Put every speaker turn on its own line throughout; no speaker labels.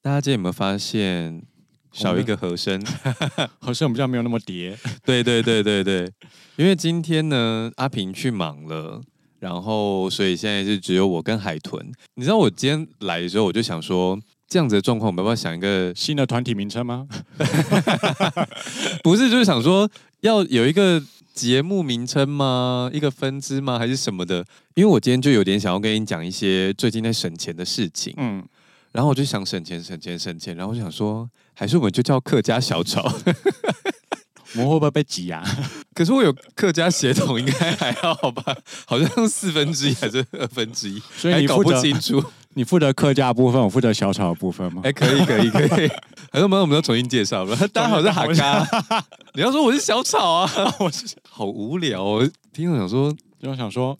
大家有没有发现少一个和声？
好像比较没有那么叠。
对对对对对，因为今天呢，阿平去忙了，然后所以现在是只有我跟海豚。你知道我今天来的时候，我就想说，这样子的状况，我们要不要想一个？
新的团体名称 吗？
不是，就是想说要有一个节目名称吗？一个分支吗？还是什么的？因为我今天就有点想要跟你讲一些最近在省钱的事情，
嗯，
然后我就想省钱、省钱、省钱，然后我就想说，还是我们就叫客家小炒。
我们会不会被挤 啊？
可是我有客家血统，应该还好吧？好像四分之一还是二分之一，
所以
还
你
搞
负
不
责
清楚。
你负责客家部分，我负责小炒的部分吗？
哎、可以，可以，可以。还是我们我们要重新介绍 吧。大家好，我是哈嘎。 你要说我是小草啊，我是好无聊哦。听众想说
就想说，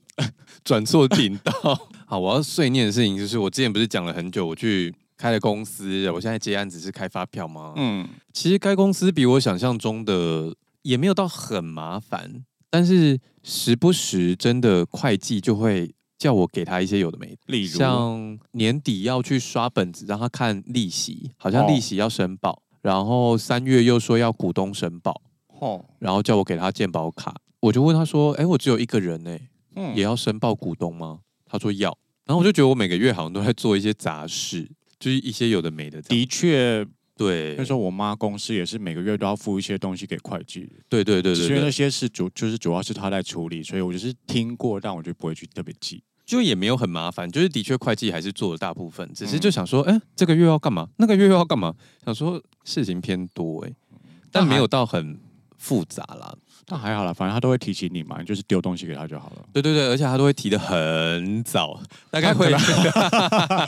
转错频道。 好，我要碎念的事情就是，我之前不是讲了很久，我去开了公司，我现在接案子是开发票吗？
嗯，
其实该公司比我想象中的也没有到很麻烦，但是时不时真的会计就会叫我给他一些有的没的，
例如，
像年底要去刷本子让他看利息，好像
哦
利息要申报，然后三月又说要股东申报，
哦，
然后叫我给他健保卡，我就问他说：“哎，我只有一个人呢、
嗯
也要申报股东吗？”他说要，然后我就觉得我每个月好像都在做一些杂事，就是一些有的没的这样。
的确，
对，
那时候我妈公司也是每个月都要付一些东西给会计，
对对对
只
对
是因为那
对，
些是主就是主要是她在处理，所以我就是听过，但我就不会去特别记。
就也没有很麻烦，就是的确会计还是做了大部分，只是
嗯
就想说，哎、这个月要干嘛？那个月又要干嘛？想说事情偏多哎、
嗯
但没有到很复杂啦。
但还好啦，反正她都会提醒你嘛，你就是丢东西给她就好了。
对对对，而且他都会提的很早，大概会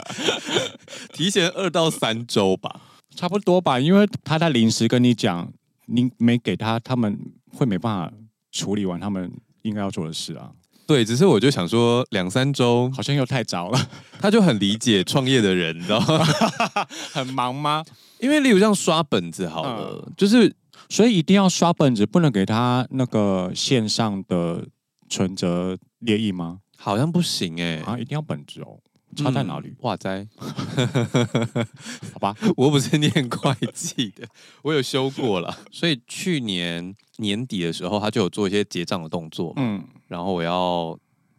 提前二到三周吧。
差不多吧，因为他在临时跟你讲，你没给他，他们会没办法处理完他们应该要做的事啊，
对，只是我就想说两三周，
好像又太早了，
他就很理解创业的人，你知道 吗？
很忙吗？
因为例如像刷本子好了，
嗯
就是
所以一定要刷本子，不能给他那个线上的存折列印吗？
好像不行哎、
啊，一定要本子哦，差在哪里
嗯？哇塞，嗯
好吧，
我不是念会计 的，我有修过了。所以去年年底的时候，他就有做一些结账的动作嘛，
嗯，
然后我要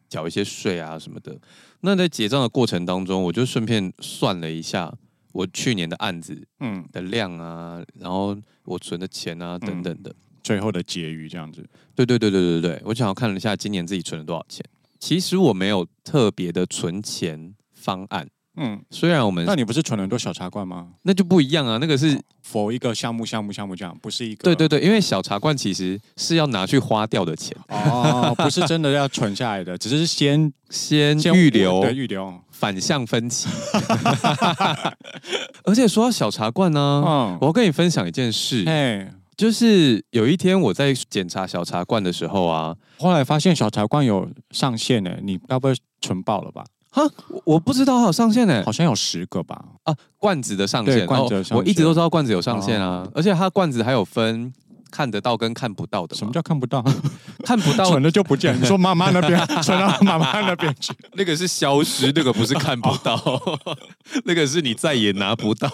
缴一些税啊什么的。那在结账的过程当中，我就顺便算了一下我去年的案子
嗯，
的量啊，然后我存的钱啊等等的。
最后的结余这样子，
对对对对对对，我想要看了一下今年自己存了多少钱。其实我没有特别的存钱方案，
嗯，
虽然我们
那你不是存了很多小茶罐吗？
那就不一样啊，那个是
否一个项目项目项目这样，不是一个
对对对，因为小茶罐其实是要拿去花掉的钱，
哦，不是真的要存下来的，只是先
先
先
预留
对预留，
反向分 歧。 而且说到小茶罐呢、
嗯
我要跟你分享一件事，
哎，
就是有一天我在检查小茶罐的时候啊，
后来发现小茶罐有上限呢，你该不会存爆了吧？
哈，我我不知道它有上限呢、
好像有十个吧？
啊，罐子的上
对
限，
罐子的
哦
上哦
我一直
限
都知道罐子有上限啊，而且它罐子还有分看得到跟看不到的
什
嘛
么，叫看 不到？
看不 到
存了就 不见？你说妈妈那边 存到妈妈那边去？
那个是消失，那个不是看不到， 那个是你再也拿不到。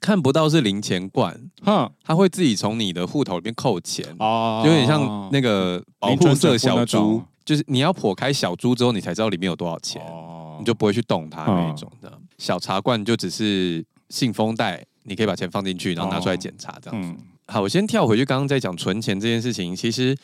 看不到是零钱罐，
哼，
它会自己从你的户头里面扣钱，
哦
有点像那个保护色小
零存整付那
猪
种，
就是你要剖开小猪之后，你才知道里面有多少钱，
哦
你就不会去动它那一种的。小茶罐就只是信封袋，你可以把钱放进去，然后拿出来检查这样。
嗯
好，我先跳回去刚刚在讲存钱这件事情，其实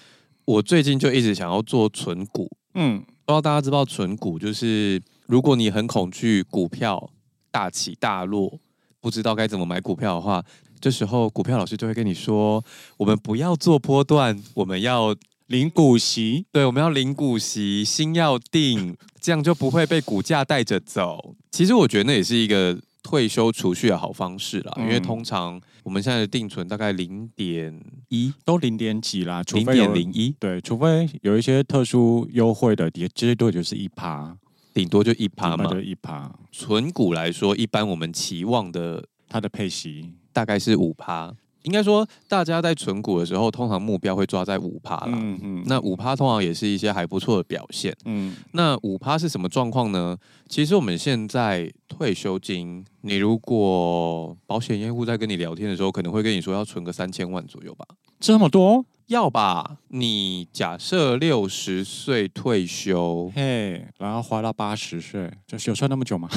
我最近就一直想要做存股。
嗯
不知道大家知不知道存股，就是如果你很恐惧股票大起大落，不知道该怎么买股票的话，这时候股票老师就会跟你说，我们不要做波段，我们要
零股息
对，我们要零股息，心要定，这样就不会被股价带着走。其实我觉得那也是一个退休储蓄的好方式啦，因为
嗯
通常我们现在的定存大概零点一、
都零点几啦，除
零
非有
点零一，
对，除非有一些特殊优惠的，也最多就是一趴，
顶多就一趴
嘛
嘛
就。一趴，
存股来说，一般我们期望的
它的配息
大概是五趴。应该说大家在存股的时候，通常目标会抓在五趴啦。
嗯嗯
那五趴通常也是一些还不错的表现。
嗯
那五趴是什么状况呢？其实我们现在退休金，你如果保险业务在跟你聊天的时候，可能会跟你说要存个三千万左右吧。
这么多，
要吧？你假设六十岁退休，
嘿，然后花到八十岁，就是有算那么久吗？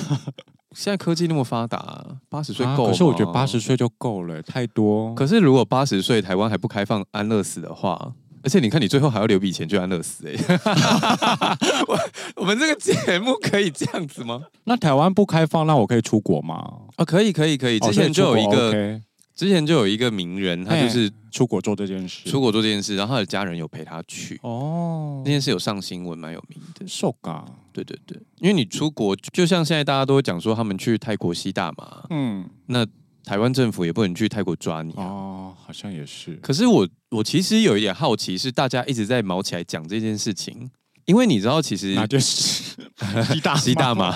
现在科技那么发达，八十岁
啊
够、
可是我觉得八十，岁就够了，太多。
可是如果八十岁台湾还不开放安乐死的话，而且你看你最后还要留笔钱去安乐死、 欸，我我们这个节目可以这样子吗？
那台湾不开放，那我可以出国吗？
啊，可以可以可以，
哦
之
所以
前就有
出
一
国
个、
OK
之前就有一个名人，他就是
出国做这件事。
出国做这件事，然后他的家人有陪他去。
哦
那，件事有上新闻，蛮有名的。
受噶，
对对对，因为你出国，就像现在大家都会讲说他们去泰国吸大麻，
嗯，
台湾政府也不能去泰国抓你啊。
哦，好像也是。
可是我我其实有一点好奇，是大家一直在毛起来讲这件事情，因为你知道，其实
那就是 吸大
吸大，麻，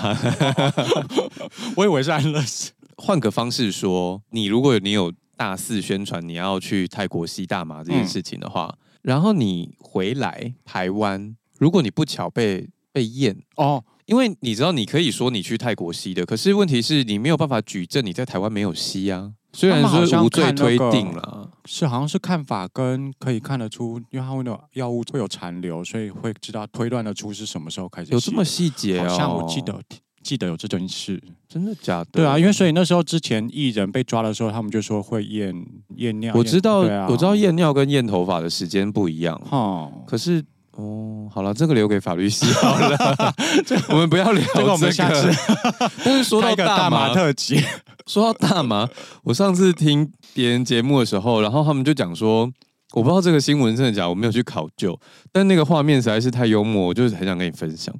我以为是安乐死。
换个方式说，你如果你有大肆宣传你要去泰国吸大麻这件事情的话，然后你回来台湾，如果你不巧被被验。
哦，
因为你知道，你可以说你去泰国吸的，可是问题是你没有办法举证你在台湾没有吸啊。虽然
他们好
说
像
无罪
看那
推
个
定啦，
是好像是看法跟可以看得出，因为它会有药物会有残留，所以会知道推断得出是什么时候开始吸的。
有这么细节
好
哦？
像我记得记得有这件事。
真的假的？
对啊，因为所以那时候之前艺人被抓的时候，他们就说会验验尿。
我知道，
对啊啊
我知道验尿跟验头发的时间不一样。
哈，
可是，哦，好了，这个留给法律系好 了，我们不要聊
这个我们下次
但是说
开
到
一个
大
大
麻
麻，特辑。
说到大麻，我上次听别人节目的时候，然后他们就讲说。我不知道这个新闻真的假的，我没有去考究，但那个画面实在是太幽默，我就是很想跟你分享。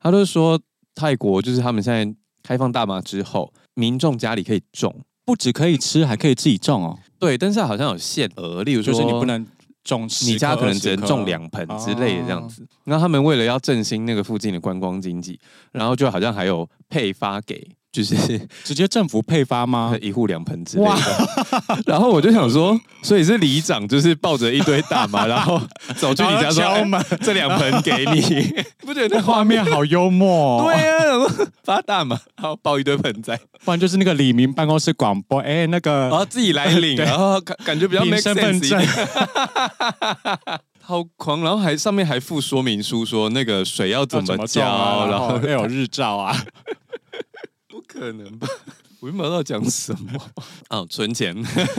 他就说泰国就是他们现在开放大麻之后，民众家里可以种，
不只可以吃，还可以自己种哦。
对，但是好像有限额，例如说
就是你不能种10颗，
你家可能只
20
能
颗哦
种两盆之类的这样子。那他们为了要振兴那个附近的观光经济，然后就好像还有配发给就是？
直接政府配发吗
一户两盆之类的。 然后我就想说，所以是里长就是抱着一堆大 麻，然后走去你家说
然后敲
哎：“这两盆给你。” 不觉得 那
哎画
画面？
面好幽默、哦，
对，啊，然后发大麻，然后抱一堆盆栽，
不然就是那个李明办公室广播，哎，那
然
个
后自己来领，
对
然 后感感觉比较
啊凭
make
身份
sense 一点
证。
好狂，然后还上面还附说明书说那个水要怎么
要
浇，
种啊
然
然
后
后要有日照啊，
不可能吧？ 我又没有要讲什么 啊，存钱，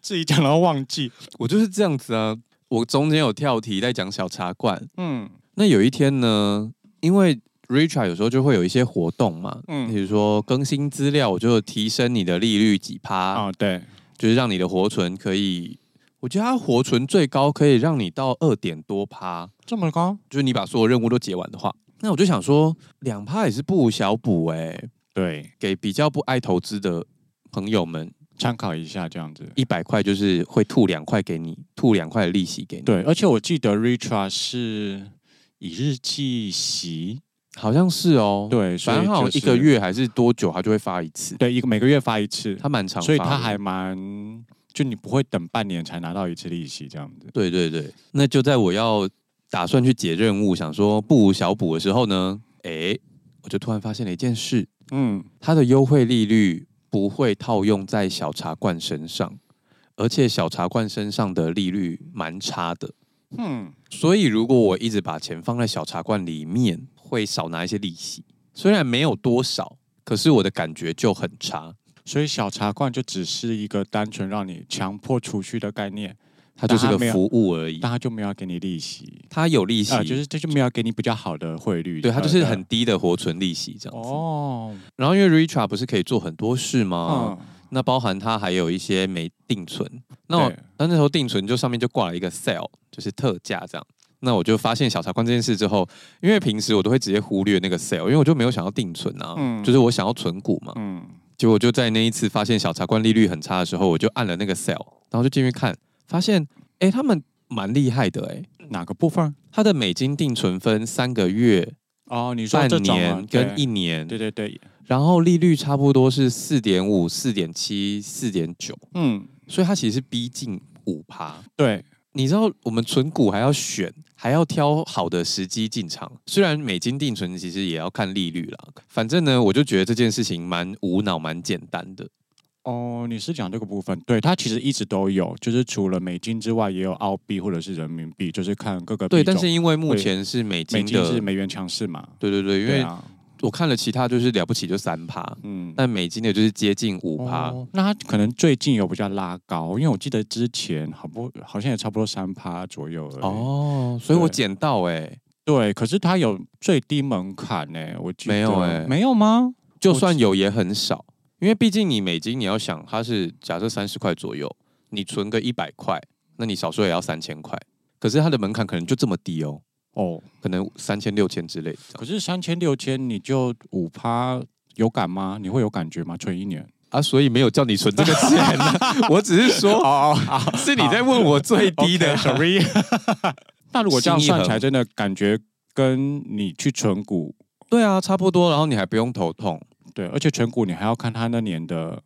自己讲然后忘记，
我就是这样子啊。我中间有跳题在讲小茶馆，
嗯
那有一天呢，因为 Richard 有时候就会有一些活动嘛，
嗯
比如说更新资料，我就提升你的利率几趴，
啊、对，
就是让你的活存可以，我觉得它活存最高可以让你到二点多趴，
这么高，
就是你把所有任务都解完的话，那我就想说，两趴也是不无小补哎、
对，
给比较不爱投资的朋友们，
参考一下这样子。
一百块就是会吐两块给你，吐两块的利息给你。，
对，而且我记得 Richard 是以日计息，
好像是哦。，
对，所
反
以
正好像
就
一个
是，
月还是多久，他就会发一次。
对，一个每个月发一次，
他蛮长发的，
所以他还蛮，就你不会等半年才拿到一次利息这样子。
对对对。那就在我要打算去解任务，想说不无小补的时候呢，诶，我就突然发现了一件事，
嗯，
它的优惠利率不会套用在小茶罐身上，而且小茶罐身上的利率蛮差的。
嗯，
所以如果我一直把钱放在小茶罐里面，会少拿一些利息。虽然没有多少，可是我的感觉就很差。
所以小茶罐就只是一个单纯让你强迫储蓄的概念，
它就是
但
个
它没有
服务而已，
但它就没有给你利息
它有利息，
啊、就是这就没有给你比较好的汇率。
对它就是
呃
很低的活存利息这样子。
哦，
然后因为 Richard 不是可以做很多事吗？
嗯，
那包含它还有一些没定存。那我
对
那那时候定存就上面就挂了一个 sale，就是特价这样。那我就发现小茶罐这件事之后，因为平时我都会直接忽略那个 sale，因为我就没有想要定存啊，
嗯
就是我想要存股嘛。
嗯，
结果就在那一次发现小茶罐利率很差的时候，我就按了那个 sell，然后就进去看，发现哎、诶他们蛮厉害的哎、诶
哪个部分？
他的美金定存分三个月、
哦，你说
半
这种啊
年跟一，
对
年，
对对对，
然后利率差不多是四点五、四点七、四点九，
嗯，
所以它其实是逼近五趴。
对，
你知道我们存股还要选，还要挑好的时机进场。虽然美金定存其实也要看利率啦，反正呢，我就觉得这件事情蛮无脑、蛮简单的。
哦，你是讲这个部分？对，它其实一直都有，就是除了美金之外，也有澳币或者是人民币，就是看各个
对，
币
但
种
是因为目前是美
美
金
金
的，
是美元强势嘛？
对对对，因
对
为
啊，
我看了其他就是了不起就三趴，
嗯，
但美金的就是接近五趴。
哦那它可能最近有比较拉高，因为我记得之前好不好像也差不多三趴左右而已。
哦，所以我
对
捡到哎、
对，可是它有最低门槛呢、我记得
没有欸
没有吗？
就算有也很少，因为毕竟你美金你要想它是假设三十块左右，你存个一百块，那你少说也要三千块，可是它的门槛可能就这么低哦，
哦，
可能三千六千之类的这样
可是三千六千你就五趴，有感吗？你会有感觉吗？存一年？
啊，所以没有叫你存这个钱啊、 我只是说
哦，
是你在问我最低的
s o r r y 那如果这样
心一横
算起来，真的感觉跟你去存股，
对啊，差不多，然后你还不用头痛，
对，而且存股你还要看它那年的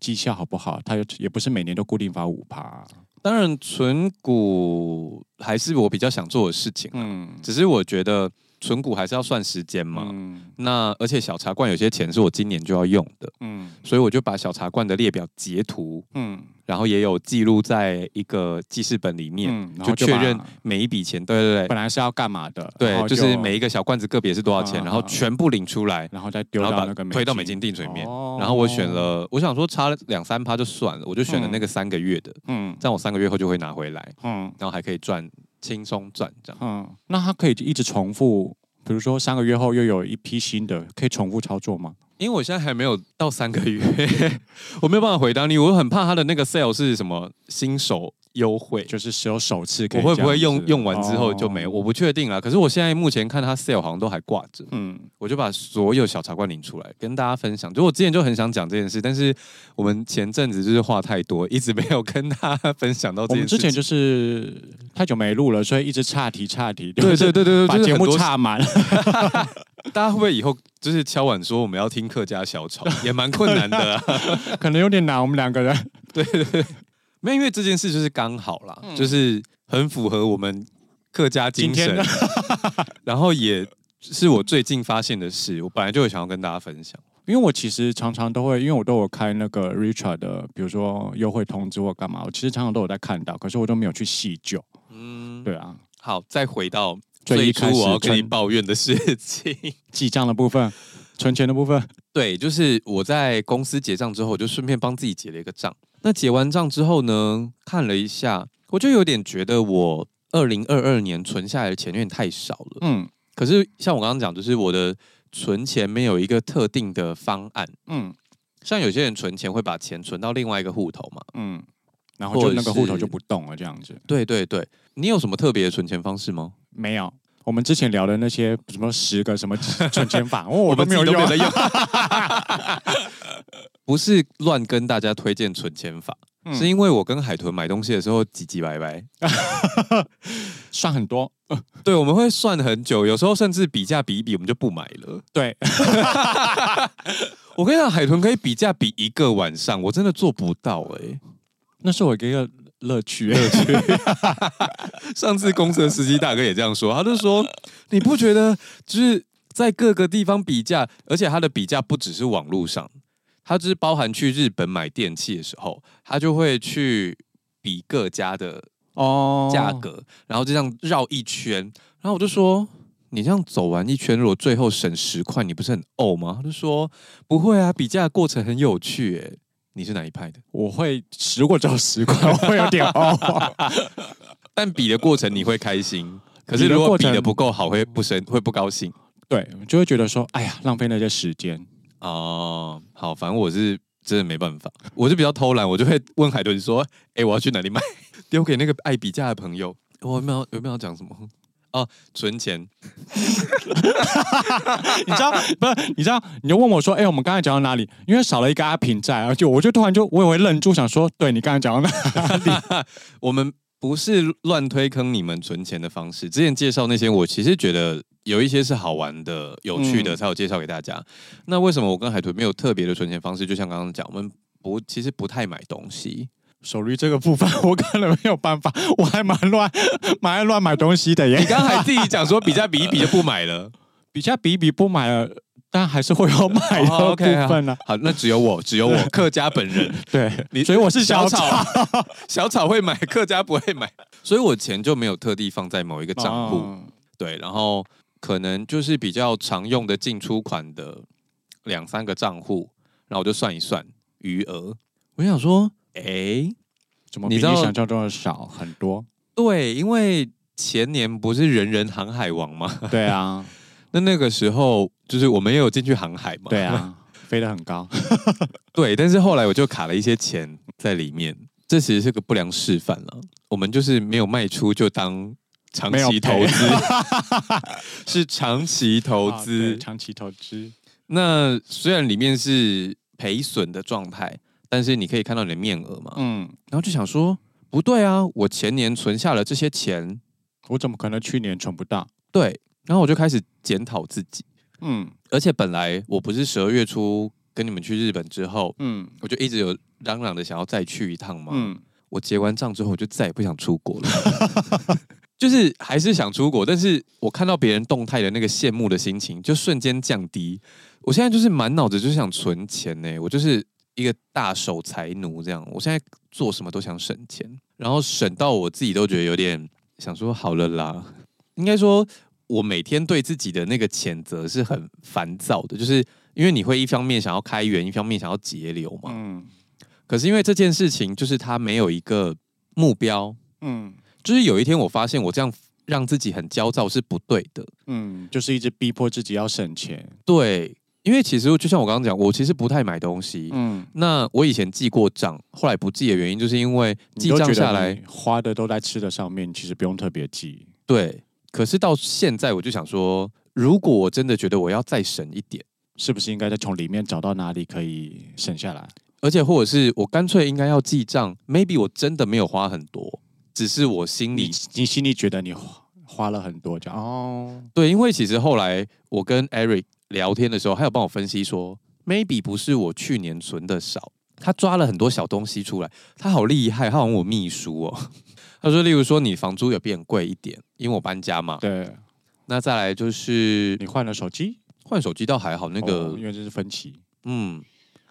绩效好不好，它也也不是每年都固定发五趴。
当然存股还是我比较想做的事情，
嗯，
只是我觉得存股还是要算时间嘛。
嗯
那而且小茶罐有些钱是我今年就要用的，
嗯
所以我就把小茶罐的列表截图，
嗯，
然后也有记录在一个记事本里面，
嗯然后
就
就
确
把
认每一笔钱，对对对
本来是要干嘛的？然
对，
后
就是每一个小罐子个别是多少
啊
钱，
啊
然后
啊
全部领出来，
然后再丢
然后
到
把
那个哦
推到美金定存里面。然后我选，了，我想说差了两三趴就算了，我就选了那个三个月的，
嗯
这样我三个月后就会拿回来，
嗯
然后还可以赚轻松赚这样。
嗯，那它可以一直重复，比如说三个月后又有一批新的，可以重复操作吗？
因为我现在还没有到三个月， 我没有办法回答你，我很怕他的那个 sale 是什么新手优惠，
就是只有首次可
我
以
会
这
不会
样
用
子
用完之后就没有？
哦
我不确定啦。可是我现在目前看它 sale 好像都还挂着，
嗯
我就把所有小茶罐领出来跟大家分享。就我之前就很想讲这件事，但是我们前阵子就是话太多，一直没有跟大家分享到
我
这
们
件事
之
情。
前就是太久没录了，所以一直岔题岔题，
对
就是
对对对对，
把
就是
节
很
目
多
岔满。
大家会不会以后就是敲碗说我们要听客家小炒，也蛮困难的、啊。
可能有点难，我们两个人。
没有，因为这件事就是刚好啦，就是很符合我们客家精
嗯今天
神， 然后也是我最近发现的事，我本来就有想要跟大家分享。
因为我其实常常都会，因为我都有开那个 Richard 的，比如说优惠通知或干嘛，我其实常常都有在看到，可是我都没有去细究。
嗯，
对啊，
好，再回到
最
最
一
初啊
开始
我要跟你
存
抱怨的事情。
记账的部分、存钱的部分，
对，就是我在公司结账之后，我就顺便帮自己结了一个账。那结完账之后呢，看了一下，我就有点觉得我二零二二年存下来的钱有点太少了。
嗯
可是像我刚刚讲，就是我的存钱没有一个特定的方案。
嗯
像有些人存钱会把钱存到另外一个户头嘛？
嗯，然后
或
就
者
那个户头
是
就不动了，这样子
对对对，你有什么特别的存钱方式吗？
没有。我们之前聊的那些什么十个什么存钱法，哦，
我
我都
们
没有
自己
用
都没。有在用，啊 不是乱跟大家推荐存钱法，
嗯
是因为我跟海豚买东西的时候唧唧歪歪，
算很多，
对，我们会算很久，有时候甚至比价比一比，我们就不买了。
对，
我跟你讲，海豚可以比价比一个晚上，我真的做不到哎、
那是我一个乐趣、
上次公车司机大哥也这样说，他就 说：“你不觉得就是在各个地方比价，而且他的比价不只是网络上，他就是包含去日本买电器的时候，他就会去比各家的
哦
价格，然后就这样绕一圈。然后我就说，你这样走完一圈，如果最后省十块，你不是很呕吗？他就说不会啊，比价的过程很有趣、欸。你是哪一派 的？
我会如果只有十块，我会有点哦。
但比的过程你会开心，可是
比的
如果
过
比的
程
不够好，会不生会不高兴。”
对，就会觉得说，哎呀，浪费那些时间。
哦，好，反正我是真的没办法，我是比较偷懒，我就会问海豚说：“哎、我要去哪里买？” 丢给那个爱比价的朋友。我有没有有没有要讲什么？哦，存钱。
你知道不是？你知道你就问我说，哎、我们刚才讲到哪里？因为少了一个阿平在，而且我就突然就我也会愣住，想说，对你刚才讲到哪？
我们不是乱推坑你们存钱的方式。之前介绍那些，我其实觉得有一些是好玩的、有趣的，
嗯
才有介绍给大家。那为什么我跟海豚没有特别的存钱方式？就像刚刚讲，我们不其实不太买东西。
手率这个部分，我可能没有办法，我还蛮乱， 蛮爱乱买东西的
你
耶。
刚刚还自己讲说比价比一比就不买了。
比价比一比不买了，但还是会有买 的
哦
部
，OK，
分啊。
好，那只有我，只有我客家本人，你
对，所以我是小草，
草， 小草会买，客家不会买，所以我钱就没有特地放在某一个 账户。
哦
对，然后可能就是比较常用的进出款的两三个账户，然后我就算一算余额，我就想说，哎、
怎么
你
比你
知道
想象中的少很多？
对，因为前年不是人人航海王吗？
对啊，
那那个时候就是我们也有进去航海嘛，
对， 啊，飞得很高。
对，但是后来我就卡了一些钱在里面，这其实是个不良示范了。我们就是没有卖出，就当长
没有
期
赔
投资， 是长期投
啊
资
对。长期投资，
那虽然里面是赔损的状态，但是你可以看到你的面额嘛，
嗯，
然后就想说，不对啊，我前年存下了这些钱，
我怎么可能去年存不到？
对，然后我就开始检讨自己。
嗯
而且本来我不是十二月初跟你们去日本之后，
嗯
我就一直有嚷嚷的想要再去一趟嘛，
嗯，
我结完账之后，我就再也不想出国了。 就是还是想出国，但是我看到别人动态的那个羡慕的心情，就瞬间降低。我现在就是满脑子就是想存钱呢、我就是一个大守财奴这样。我现在做什么都想省钱，然后省到我自己都觉得有点想说好了啦。应该说，我每天对自己的那个谴责是很烦躁的，就是因为你会一方面想要开源，一方面想要节流嘛。
嗯
可是因为这件事情，就是他没有一个目标，
嗯
就是有一天我发现我这样让自己很焦躁是不对的。
嗯，就是一直逼迫自己要省钱。
对，因为其实就像我刚刚讲，我其实不太买东西。
嗯，
那我以前记过账，后来不记的原因，就是因为
你
记
都
账
觉得
下来
你，花的都在吃的上面，其实不用特别记。
对。可是到现在，我就想说，如果我真的觉得我要再省一点，
是不是应该再从里面找到哪里可以省下来？
而且或者是我干脆应该要记账，maybe 我真的没有花很多，只是我心里
你你心里觉得你花花了很多，就哦，
对，因为其实后来我跟 Eric 聊天的时候，他有帮我分析说，maybe 不是我去年存的少，他抓了很多小东西出来，他好厉害，他好像我秘书哦。 他说，例如说你房租有变贵一点，因为我搬家嘛。
对
那再来就是
你换了手机，
换手机倒还好，那个、
哦因为这是分期，
嗯，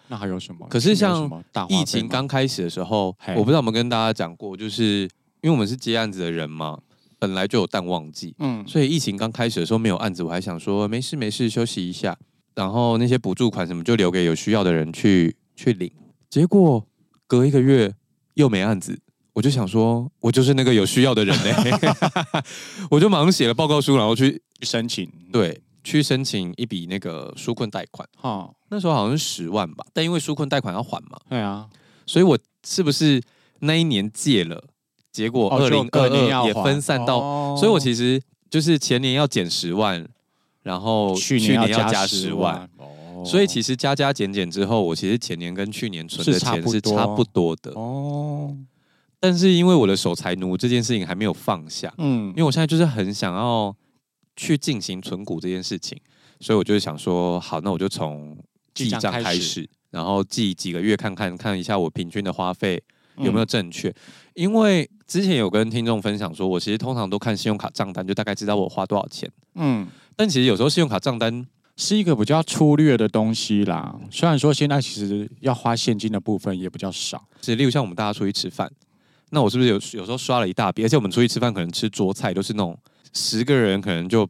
那还有什么？
可是
去年
像
有什么大花费吗
疫情刚开始的时候，
嘿
我不知道有没有跟大家讲过，就是因为我们是接案子的人嘛，本来就有淡旺季，
嗯
所以疫情刚开始的时候没有案子，我还想说没事没事休息一下，然后那些补助款什么就留给有需要的人去去领。结果隔一个月又没案子，我就想说，我就是那个有需要的人呢、 我就马上写了报告书，然后去
去申请
对去申请一笔那个纾困贷款，
哦，
那时候好像是十万吧，但因为纾困贷款要还嘛，
对啊，
所以我是不是那一年借了，结果
哦
二
就
零二
隔年要
二也
还
分散到
哦
所以我其实就是前年要减十万，然后
去年要
要加
10
十万，
万，哦
所以其实加加减减之后，我其实前年跟去年存的
是差
钱
不
是
多
差不多的。
哦，
但是因为我的守财奴这件事情还没有放下，
嗯
因，为我现在就是很想要去进行存股这件事情，所以我就是想说，好，那我就从记
记账
账
开
开
始
始，然后记几个月看看看一下我平均的花费，有没有
嗯
正确？因为之前有跟听众分享说，我其实通常都看信用卡账单，就大概知道我花多少钱。
嗯
但其实有时候信用卡账单，
是一个比较粗略的东西啦。虽然说现在其实要花现金的部分也比较少，
其实例如像我们大家出去吃饭，那我是不是有有时候刷了一大笔？而且我们出去吃饭可能吃桌菜都是那种十个人可能就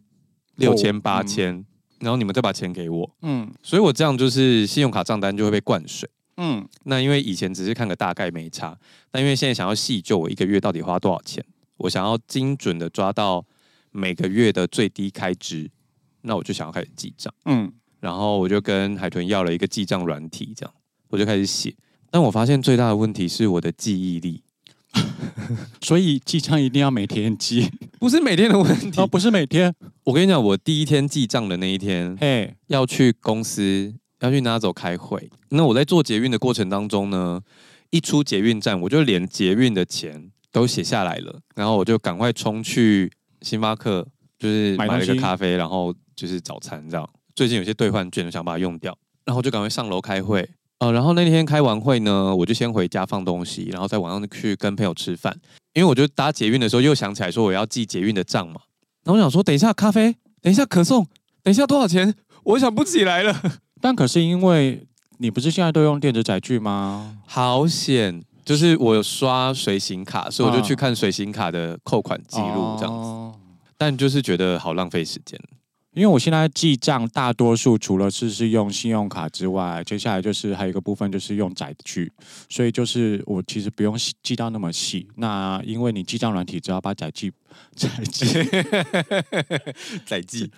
六千
嗯
八千，然后你们再把钱给我，
嗯
所以我这样就是信用卡账单就会被灌水。
嗯，
那因为以前只是看个大概没差，但因为现在想要细究我一个月到底花多少钱，我想要精准的抓到每个月的最低开支，那我就想要开始记账。
嗯，
然后我就跟海豚要了一个记账软体，这样我就开始写。但我发现最大的问题是我的记忆力，
所以记账一定要每天记，
不是每天的问题
哦，。不是每天，
我跟你讲，我第一天记账的那一天
嘿，
要去公司，要去拿走开会。那我在做捷运的过程当中呢，一出捷运站，我就连捷运的钱都写下来了，然后我就赶快冲去星巴克，就是买
买东
了一个
西
咖啡，然后就是早餐这样。最近有些兑换券，想把它用掉，然后我就赶快上楼开会。呃，然后那天开完会呢，我就先回家放东西，然后在晚上去跟朋友吃饭。因为我就搭捷运的时候又想起来说我要记捷运的账嘛，然后我想说等一下咖啡，等一下可颂，等一下多少钱，我想不起来了。
但可是因为你不是现在都用电子载具吗？
好险，就是我有刷随行卡，所以我就
啊
去看随行卡的扣款记录这样子。
哦
但就是觉得好浪费时间。
因为我现在记账，大多数除了是是用信用卡之外，接下来就是还有一个部分就是用载具，所以就是我其实不用细记到那么细。那因为你记账软体只要把载具 载具
载记，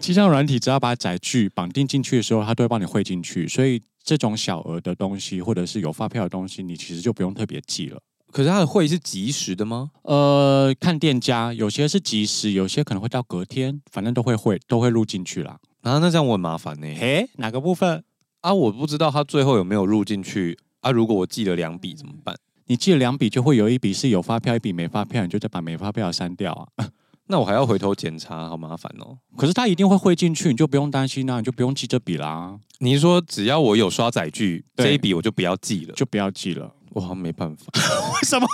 记账软体只要把载具绑定进去的时候，它都会帮你汇进去，所以这种小额的东西或者是有发票的东西，你其实就不用特别记了。
可是他的会是及时的吗？
呃，看店家，有些是即时，有些可能会到隔天，反正都会汇都会录进去啦。
啊，那这样我很麻烦呢、
嘿，哪个部分？
啊，我不知道他最后有没有入进去啊。如果我记了两笔怎么办？
你记了两笔，就会有一笔是有发票，一笔没发票，你就再把没发票删掉啊。
那我还要回头检查，好麻烦哦。
可是它一定会汇进去，你就不用担心啊啦、你就不用记这笔啦，
你是说只要我有刷载具，
对
这一笔我就不要记了？
就不要记了。
我好像没办法，
为 什么？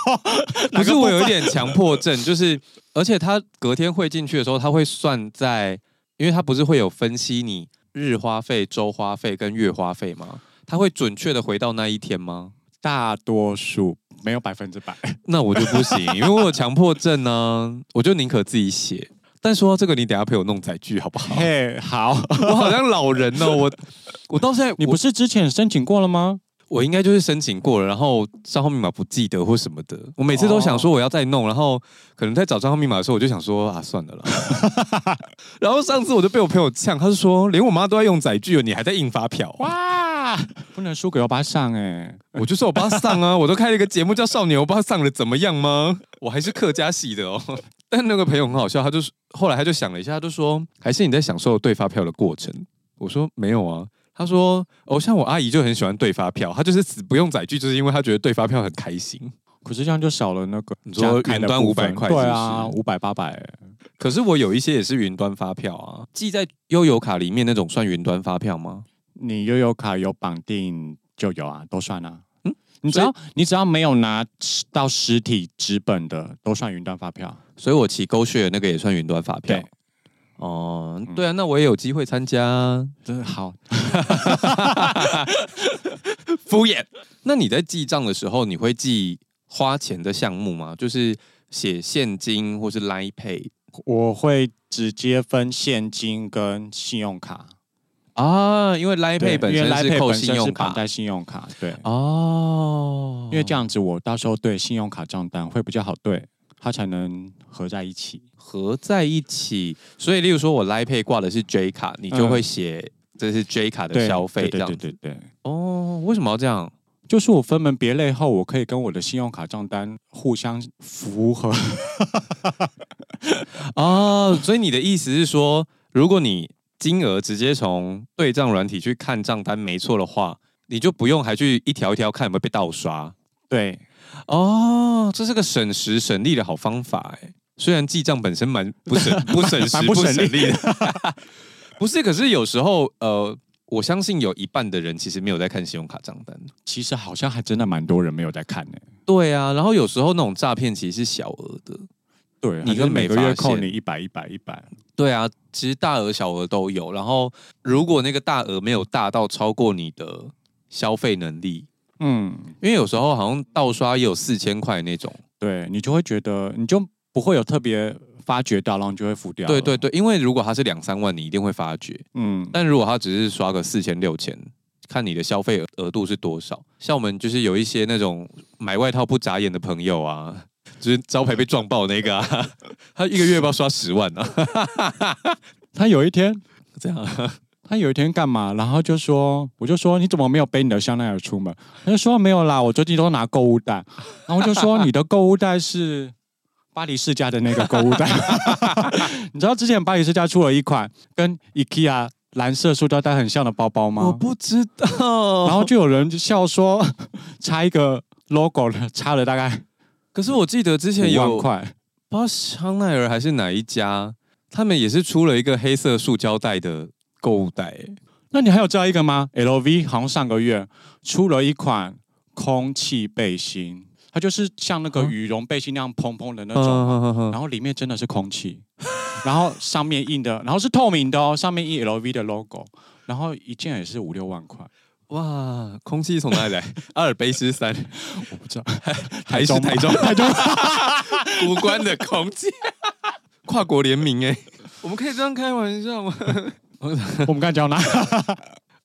不是我有一点强迫症， 就是而且他隔天汇进去的时候，他会算在，因为他不是会有分析你日花费、周花费跟月花费吗？他会准确的回到那一天 吗？
大多数没有百分之百。
那我就不行，因为我有强迫症呢、我就宁可自己写。但说到这个，你等一下陪我弄载具好不好？
嘿，好，
我好像老人哦，我我到现在
你不是之前申请过了吗？
我应该就是申请过了，然后账号密码不记得或什么的。我每次都想说我要再弄，然后可能在找账号密码的时候，我就想说啊，算了啦。 然后上次我就被我朋友呛，他就说连我妈都在用载具了，你还在印发票？
哇，不能输给欧巴桑哎、
我就说我巴上啊，我都开了一个节目叫《少年欧巴上了》，怎么样吗？我还是客家系的哦。 但那个朋友很好笑，他就是后来他就想了一下，他就说还是你在享受对发票的过程。我说没有啊。他说：“哦，像我阿姨就很喜欢对发票，她就是死不用载具，就是因为她觉得对发票很开心。
可是这样就少了那个
你说
加开的
远端
部分
500块
对啊，
是不
五百八百，
可是我有一些也是云端发票啊，记在悠游卡里面那种算云端发票吗？
你悠游卡有绑定就有啊，都算啊。
嗯
你只
所以
要你只要没有拿到实体纸本的，都算云端发票。
所以我骑狗血那个也算云端发票
对。
哦，对啊，那我也有机会参加啊。
真好，
敷衍。那你在记账的时候，你会记花钱的项目吗？就是写现金或是 Line Pay
我会直接分现金跟信用卡。
啊？因为 Line
对
Pay 本
因为
身
Line
是
Pay
扣
本身
信用
是绑
卡
在信用卡，对，
哦，
因为这样子我到时候对信用卡账单会比较好对，它才能合在一起。
合在一起，所以例如说我 Line Pay 挂的是 J 卡，你就会写这是 J 卡的
对
消费这
对
样
对
子
对对对，
哦。为什么要这样？
就是我分门别类后，我可以跟我的信用卡账单互相符合。
哦，所以你的意思是说，如果你金额直接从对账软体去看账单没错的话，你就不用还去一条一条看有没有被盗刷。
对，
哦，这是个省时省力的好方法哎。虽然记账本身蛮不 省不省时
蛮不省力
力的， 不是？可是有时候呃，我相信有一半的人其实没有在看信用卡账单。
其实好像还真的蛮多人没有在看呢、
对啊，然后有时候那种诈骗其实是小额的。
对，
你
跟
跟
每
美
个
发
月扣
现
你一百一百一百，
对啊，其实大额小额都有。然后如果那个大额没有大到超过你的消费能力，
嗯，
因为有时候好像盗刷也有四千块那种。
对你就会觉得你就不会有特别发觉到，然后你就会付掉。
对啊对，对，因为如果它是两三万，你一定会发觉。
嗯，
但如果他只是刷个四千六千，看你的消费额度是多少。像我们就是有一些那种买外套不眨眼的朋友啊， 就是招牌被撞爆那个啊， 他一个月要不要刷十万啊？
他有一天，
这样啊
他有一天干嘛？然后就说，我就说你怎么没有背你的香奈儿出门？他就说没有啦，我最近都拿购物袋。然后我就说你的购物袋是巴黎世家的那个购物袋， 你知道之前巴黎世家出了一款跟 IKEA 蓝色塑胶袋很像的包包吗？
不知道
然
然
后
后，
就有人就笑说， 插一个 logo 了，插了大概
可是我记得之前
五万
有
块，
不知道香奈儿还是哪一家，他们也是出了一个黑色塑胶袋的购物袋、欸
那你还有知道一个吗？LV 好像上个月出了一款空气背心，它就是像那个
啊
羽绒背心那样蓬蓬的那
嗯
种，
嗯嗯嗯
然后里面真的是空气，然后上面印的，然后是透明的哦，上面印 LV 的 logo，然后一件也是五六万 块，
哇，空气从哪里 来？阿尔卑斯山
我不知 道，
还是台中
台中，
无关的空气，跨国联名哎、我们可以这样开玩笑吗？
我们刚才 讲哪？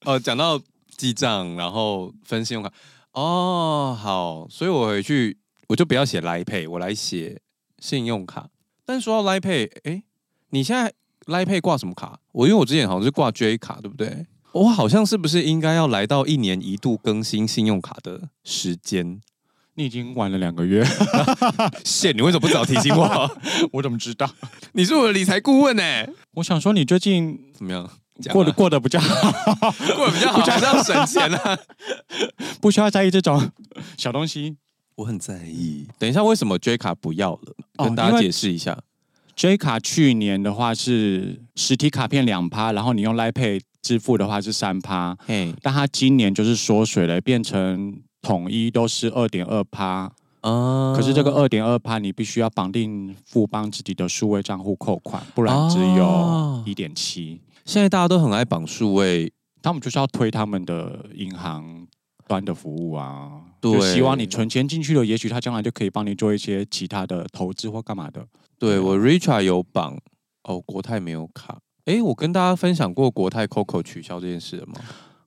呃，讲到记账，然后分信用卡，哦，好，所以我回去我就不要写来 pay，我来写信用卡。但说到来 pay，哎，你现在来 pay 挂什么卡？我因为我之前好像是挂 J 卡，对不对？我好像是不是应该要来到一年一度更新信用卡的时间
你已经玩了两个月，
线？你为什么不早提醒我？
我怎么知道？
你是我的理财顾问呢、
我想说你最近
怎么样？讲啊
过得过得比较好，
过得比较好，还是要省钱啊。
不需要在意这种小东西。
我很在意。等一下，为什么 J 卡不要了？
哦
跟大
因
家
为
解释一下。
J 卡去年的话是实体卡片两趴，然后你用 Line Pay 支付的话是三趴，
嘿，
但它今年就是缩水了，变成统一都是二点二趴。
啊
可是这个二点二趴，你必须要绑定富邦自己的数位账户扣款，不然只有
哦
一点七。
现在大家都很爱绑数位，
他们就是要推他们的银行端的服务啊，
对
就希望你存钱进去了，也许他将来就可以帮你做一些其他的投资或干嘛的。
对我 Richard 有绑，哦，国泰没有卡。诶，我跟大家分享过国泰 COCO 取消这件事了吗？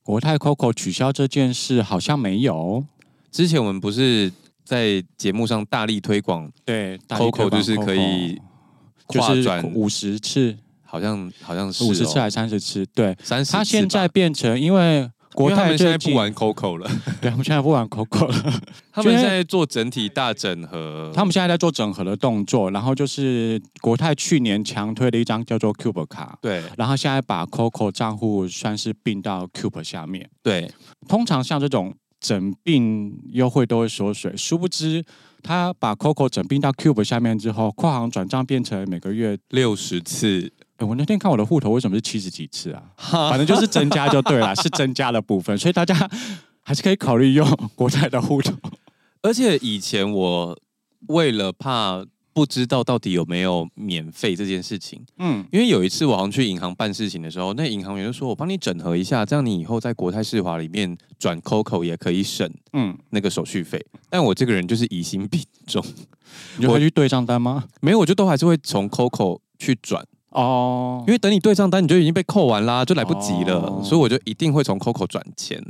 国泰 COCO 取消这件事好像没有，
之前我们不是在节目上大力推广，
对大力
COCO
推
就
广
是可以
COCO
跨
就是
转
五十次、
好像好像是哦
五十次还是三十次？对，
三十。
它现在变成因为国
国泰
泰
现
最
在不
近，
玩 COCO 了，
对，他们现在不玩 COCO 了，
他们现在做整体大整合。
他们现在在做整合的动作，然后就是国泰去年强推了一张叫做 Cube 卡，
对
然后现在把 COCO 账户算是并到 Cube 下面。
对，
通常像这种整并优惠都会缩水，殊不知他把 COCO 整并到 Cube 下面之后，跨行转账变成每个月。
六十次，
诶哎我那天看我的户头为什么是七十几次啊？
哈
反正就是增加就对了，是增加的部分，所以大家还是可以考虑用国泰的户头。
而且以前我为了怕不知道到底有没有免费这件事情，
嗯，
因为有一次我好像去银行办事情的时候，那银行员就说：“我帮你整合一下，这样你以后在国泰世华里面转 COCO 也可以省
嗯，
那个手续费。”但我这个人就是疑心病重，
你就会去对账单吗？
没有我就都还是会从 COCO 去转，
哦，
因为等你对账单你就已经被扣完啦，就来不及了，
哦
所以我就一定会从 COCO 转钱，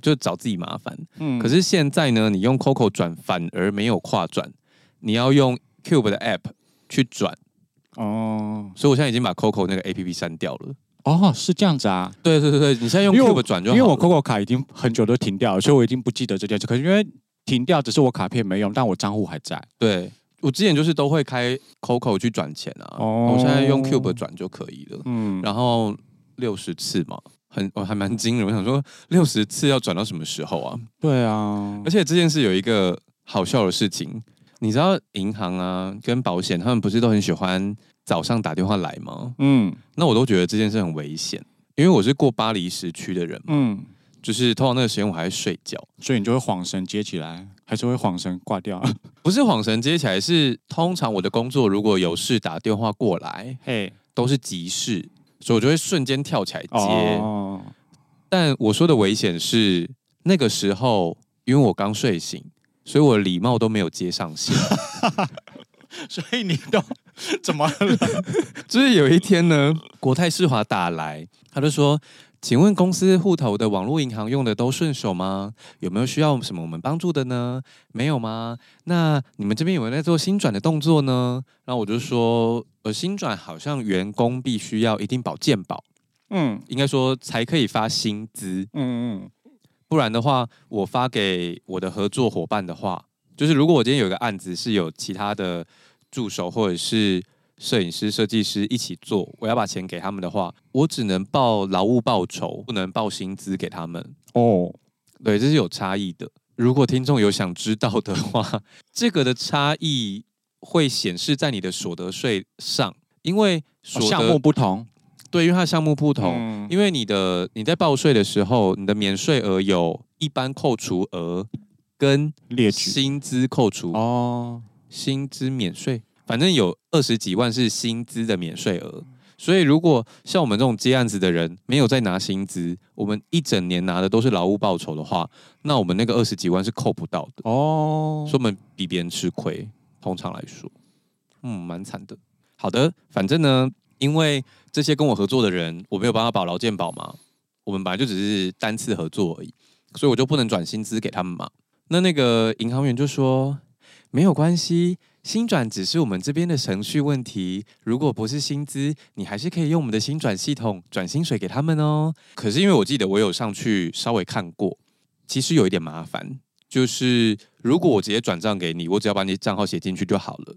就找自己麻烦。
嗯
可是现在呢，你用 COCO 转反而没有跨转，你要用 Cube 的 App 去转，
哦
所以我现在已经把 COCO 那个 APP 删掉了。
哦是这样子啊，
对对对对，你现在用
因为
Cube
我
转就
因
好
为我
了
COCO 卡已经很久都停掉了，所以我已经不记得这件事。可是因为停掉，只是我卡片没用，但我账户还在。
对我之前就是都会开 COCO 去转钱啊，
哦
我现在用 Cube 转就可以了。
嗯，
然后六十次嘛，很我还蛮惊人，我想说六十次要转到什么时候啊？
对啊
而，且这件事有一个好笑的事情，你知道银行啊跟保险他们不是都很喜欢早上打电话来吗？
嗯
那我都觉得这件事很危险，因为我是过巴黎时区的人嘛，
嗯，
就是通常那个时间我还在睡觉，
所以你就会晃神接起来，还是会晃神挂掉？
不是恍神接起来，是通常我的工作如果有事打电话过来
嘿，
都是急事，所以我就会瞬间跳起来接。
哦，
但我说的危险是那个时候，因为我刚睡醒，所以我的礼貌都没有接上线。
所以你都 怎么了？
就是有一天呢，国泰世华打来，他就说：“请问公司户头的网络银行用的都顺手吗？有没有需要什么我们帮助的呢？没有吗？那你们这边有没有在做新转的动作呢？”然后我就说：“呃，新转好像员工必须要一定保健保，
嗯
应该说才可以发薪资，
嗯嗯，
不然的话，我发给我的合作伙伴的话，就是如果我今天有一个案子是有其他的助手或者是摄影师、设计师一起做，我要把钱给他们的话，我只能报劳务报酬，不能报薪资给他们。
哦，
对，这是有差异的。如果听众有想知道的话，这个的差异会显示在你的所得税上，因为所得、
哦项目不同，
对，因为它的项目不同，
嗯
因为你的你在报税的时候，你的免税额有一般扣除额跟
列举
薪资扣除、
哦，
薪资免税，反正有二十几万是薪资的免税额。所以，如果像我们这种接案子的人没有在拿薪资，我们一整年拿的都是劳务报酬的话，那我们那个二十几万是扣不到的，
哦
所以，我们比别人吃亏。通常来说，嗯，蛮惨的。好的，反正呢，因为这些跟我合作的人，我没有办法保劳健保嘛，我们本来就只是单次合作而已，所以我就不能转薪资给他们嘛。那那个银行员就说没有关系，薪转只是我们这边的程序问题，如果不是薪资，你还是可以用我们的薪转系统转薪水给他们哦。可是因为我记得我有上去稍微看过，其实有一点麻烦，就是如果我直接转账给你，我只要把你账号写进去就好了。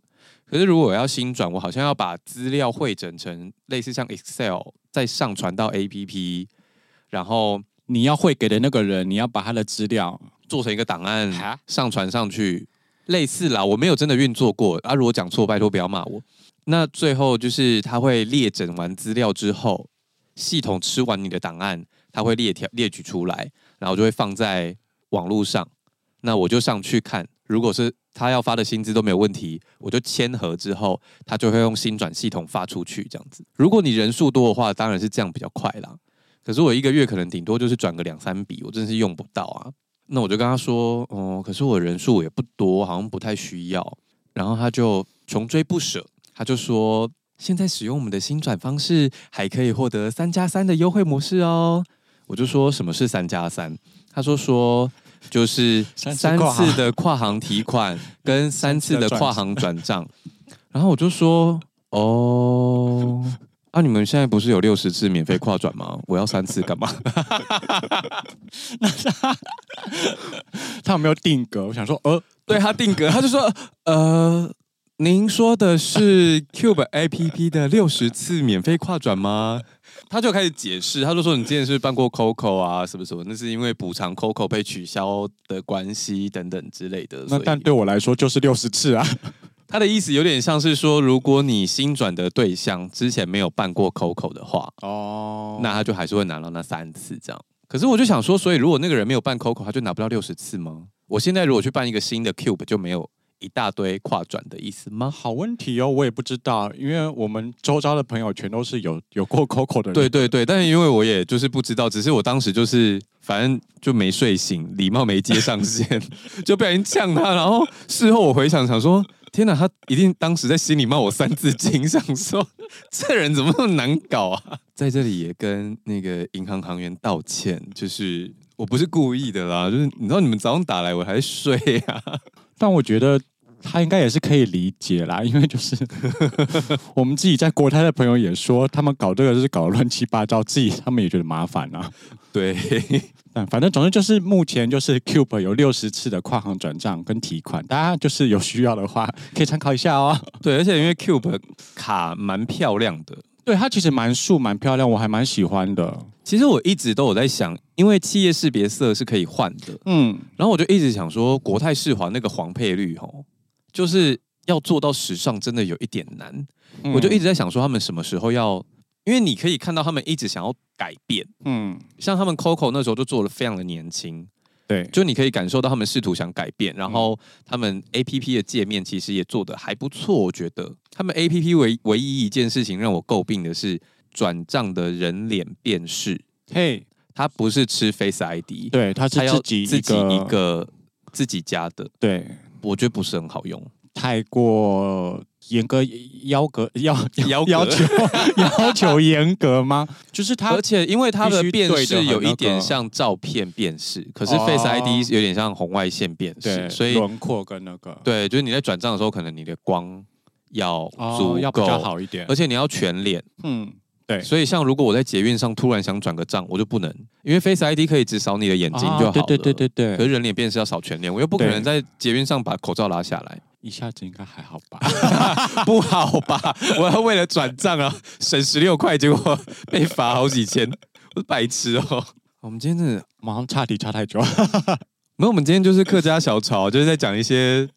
可是如果我要新转，我好像要把资料汇整成类似像 Excel，再上传到 APP，然后
你要汇给的那个人，你要把他的资料
做成一个档案
哈
上传上去，类似啦。我没有真的运作过啊，如果讲错，拜托不要骂我。那最后就是他会列整完资料之后，系统吃完你的档案，他会列条列举出来，然后就会放在网络上。那我就上去看，如果是他要发的薪资都没有问题，我就签合之后，他就会用薪转系统发出去这样子。如果你人数多的话，当然是这样比较快啦。可是我一个月可能顶多就是转个两三笔，我真是用不到啊。那我就跟他说，哦，可是我人数也不多，好像不太需要。然后他就穷追不舍，他就说，现在使用我们的新转方式，还可以获得三加三的优惠模式哦。我就说什么是三加三？他说说就是
三次
三
跨行
次的跨行提款跟三次的跨行转账。然后我就说，哦，啊，你们现在不是有六十次免费跨转吗？我要三次干嘛？
他有没有定格？我想说，呃，
对他定格，他就说：“呃，您说的是 Cube APP 的六十次免费跨转吗？”他就开始解释，他就说：“你之前是不是办过 Coco 啊，什么什么，那是因为补偿 Coco 被取消的关系等等之类的。”
那
所以
但对我来说就是六十次啊。
他的意思有点像是说，如果你新转的对象之前没有办过 Coco 的话，
哦
那他就还是会拿到那三次这样。可是我就想说，所以如果那个人没有办 Coco，他就拿不到六十次吗？我现在如果去办一个新的 Cube，就没有一大堆跨转的意思吗？
好问题哦，我也不知道，因为我们周遭的朋友全都是有有过 Coco 的人。
对，对对，但是因为我也就是不知道，只是我当时就是反正就没睡醒，礼貌没接上线， 就不小心呛他。然后事后我回想想说，天哪，他一定当时在心里骂我三字经，想说这人怎么那么难搞啊！在这里也跟那个银行行员道歉，就是我不是故意的啦，就是你知道你们早上打来我还在睡啊，
但我觉得他应该也是可以理解啦， 因为就是我们自己在国泰的朋友也说，他们搞这个是搞得乱七八糟，自己他们也觉得麻烦啊。
对。
但反正总之就是目前就是 Cube 有六十次的跨行转账跟提款，大家就是有需要的话可以参考一下哦。
对，而且因为 Cube 卡蛮漂亮的，
对，它其实蛮素蛮漂亮，我还蛮喜欢的。
其实我一直都有在想，因为企业识别色是可以换的，
嗯，
然后我就一直想说，国泰世华那个黄配绿吼，就是要做到时尚，真的有一点难。我就一
直
直在想说，他们什么时候要？因为你可以看到他们一直想要改变，
嗯，
像他们 Coco 那时候就做的非常的年轻，
对，
就你可以感受到他们试图想改变，然后他们 A P P 的界面其实也做的还不错，我觉得他们 A P P 唯唯一一件事情让我诟病的是转账的人脸辨识，
嘿，
它不是吃 Face ID，
对，它是
它要
自己
自己一个自己加的。
对。
我觉得不是很好用。
太过严格要格要
要格
要求 要求严格吗？就是他
而且因为它的
必须
辨
对得
识
很
有
那
一
个
点像照片辨识，可是
哦
Face ID 有点像红外线辨识，
对
所以
轮廓跟那个
对，就是你在转账的时候，可能你的光要足
哦
够，
要比较好一点
而。且你要全脸。
嗯，对，
所以像如果我在捷运上突然想转个账，我就不能，因为 Face ID 可以只扫你的眼睛就好了。
啊对对对对
可
对，
是人脸辨识要扫全脸，我又不可
对
能在捷运上把口罩拿下来，
一下子应该还好吧？
不好吧？ 我要为了转账啊，省十六块，结果被罚好几千， 我是白痴哦。我们今天真的
马上差题差太久，
没有，我们今天就是客家小炒，就是在讲一些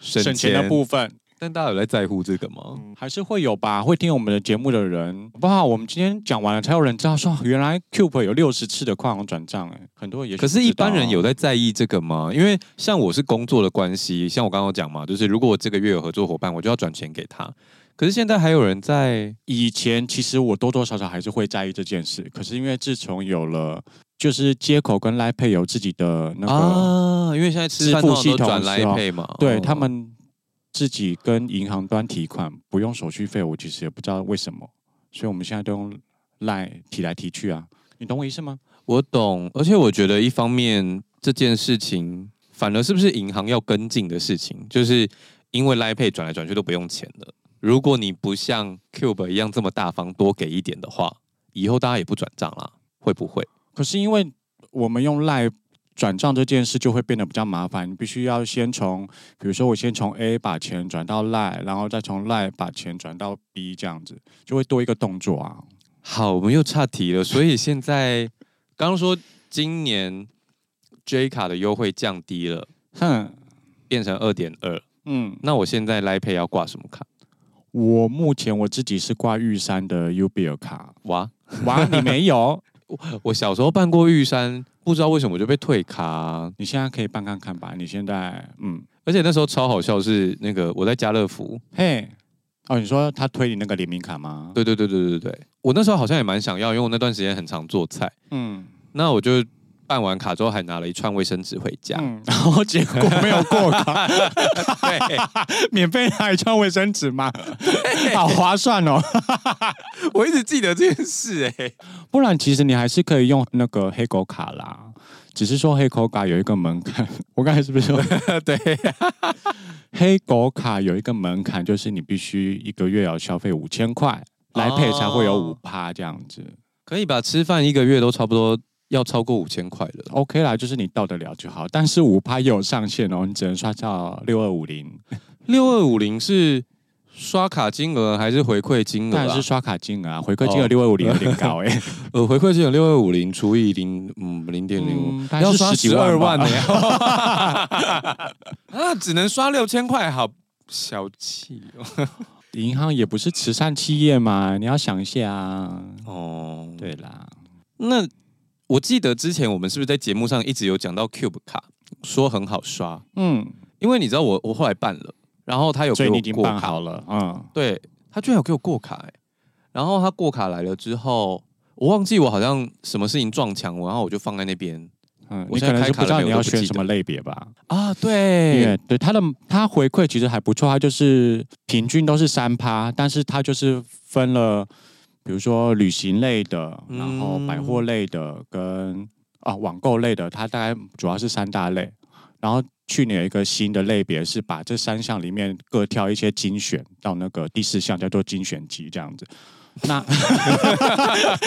省
省钱的部分。
但大家有在在乎这个吗？
还是会有吧，会听我们的节目的人，好不好？我们今天讲完了，才有人知道说，哦原来 Cube 有六十次的跨行转账，哎，很多人也许
可是，
不
一
知道啊
般人有在在意这个吗？因为像我是工作的关系，像我刚刚讲嘛，就是如果我这个月有合作伙伴，我就要转钱给他。可是现在还有人在，
以前其实我多多少少还是会在意这件事，可是因为自从有了就是接口跟 Line Pay 有自己的那个，
啊，因为现在吃饭
支付
通常
系
都
统
转
是
来
吧
配嘛，
对
哦
他们自己跟银行端提款不用手续费，我其实也不知道为什么，所以我们现在都用 Line 提来提去啊，你懂我意思吗？
我懂，而且我觉得一方面这件事情，反而是不是银行要跟进的事情，就是因为 Line Pay 转来转去都不用钱了。如果你不像 Cube 一样这么大方，多给一点的话，以后大家也不转账啦，会不会？
可是因为我们用 Line 转账这件事就会变得比较麻烦，你必须要先从，比如说我先从 A 把钱转到 Line，然后再从 Line 把钱转到 B 这样子，就会多一个动作啊。
好，我们又岔题了，所以现在刚刚说今年 J 卡的优惠降低了，
哼，
变成二点二，
嗯，
那我现在 Line Pay 要挂什么卡？
我目前我自己是挂玉山的 U B 尔卡，
哇，
哇，你没 有？
我小时候办过玉山，不知道为什么我就被退卡、啊
你现在可以办看看吧。你现在，嗯，
而且那时候超好笑是那个我在家乐福，
嘿，哦，你说他推你那个联名卡吗？，
对对对对对对对，我那时候好像也蛮想要，因为我那段时间很常做菜，
嗯，
那我就办完卡之后还拿了一串卫生纸回家，
嗯，然后结果没有过 卡，
对
免费拿一串卫生纸吗？好划算哦！
我一直记得这件事哎、
不然其实你还是可以用那个黑狗卡啦，只是说黑狗卡有一个门槛。 我刚才是不是说
对，
黑狗卡有一个门槛，就是你必须一个月要消费五千块来配才会有五
哦
趴这样子。
可以吧？吃饭一个月都差不多要超过五千块了，
OK 啦，就是你到得了就好，但是五趴也有上限哦，你只能刷到六二五零，
六二五零是刷卡金额还是回馈金额、
当
啊？
然是刷卡金额啊，回馈金额
哦
六二五零有点 高哎、
呃回馈金额六二五零除以零嗯零点零五。
嗯，大概
要
是
刷
几
十二
吧
万呢、欸啊，只能刷六千块，好小气哦。
银行也不是慈善企业嘛，你要想一下啊。
哦，
对啦，
那我记得之前我们是不是在节目上一直有讲到 Cube 卡，说很好刷，
嗯，
因为你知道我我后来办了，然后他有
所
给
以你
我
已经
过
办
卡，
好了，嗯，
对他居然有给我过卡、欸，然后他过卡来了之后。我忘记我好像什么事情撞墙，然后我就放在那边
嗯，
我
你
现在
可能
开
是
卡
不知
了
道
没有
你
都
要
不
选
记
什
得
么类别吧？
啊，
因
对
为对它的它回馈其实还不错，它就是平均都是三趴，但是它就是分了，比如说旅行类的，
嗯
然后百货类的跟啊网购类的，它大概主要是三大类。然后去年有一个新的类别是把这三项里面各挑一些精选到那个第四项叫做精选集这样子。 那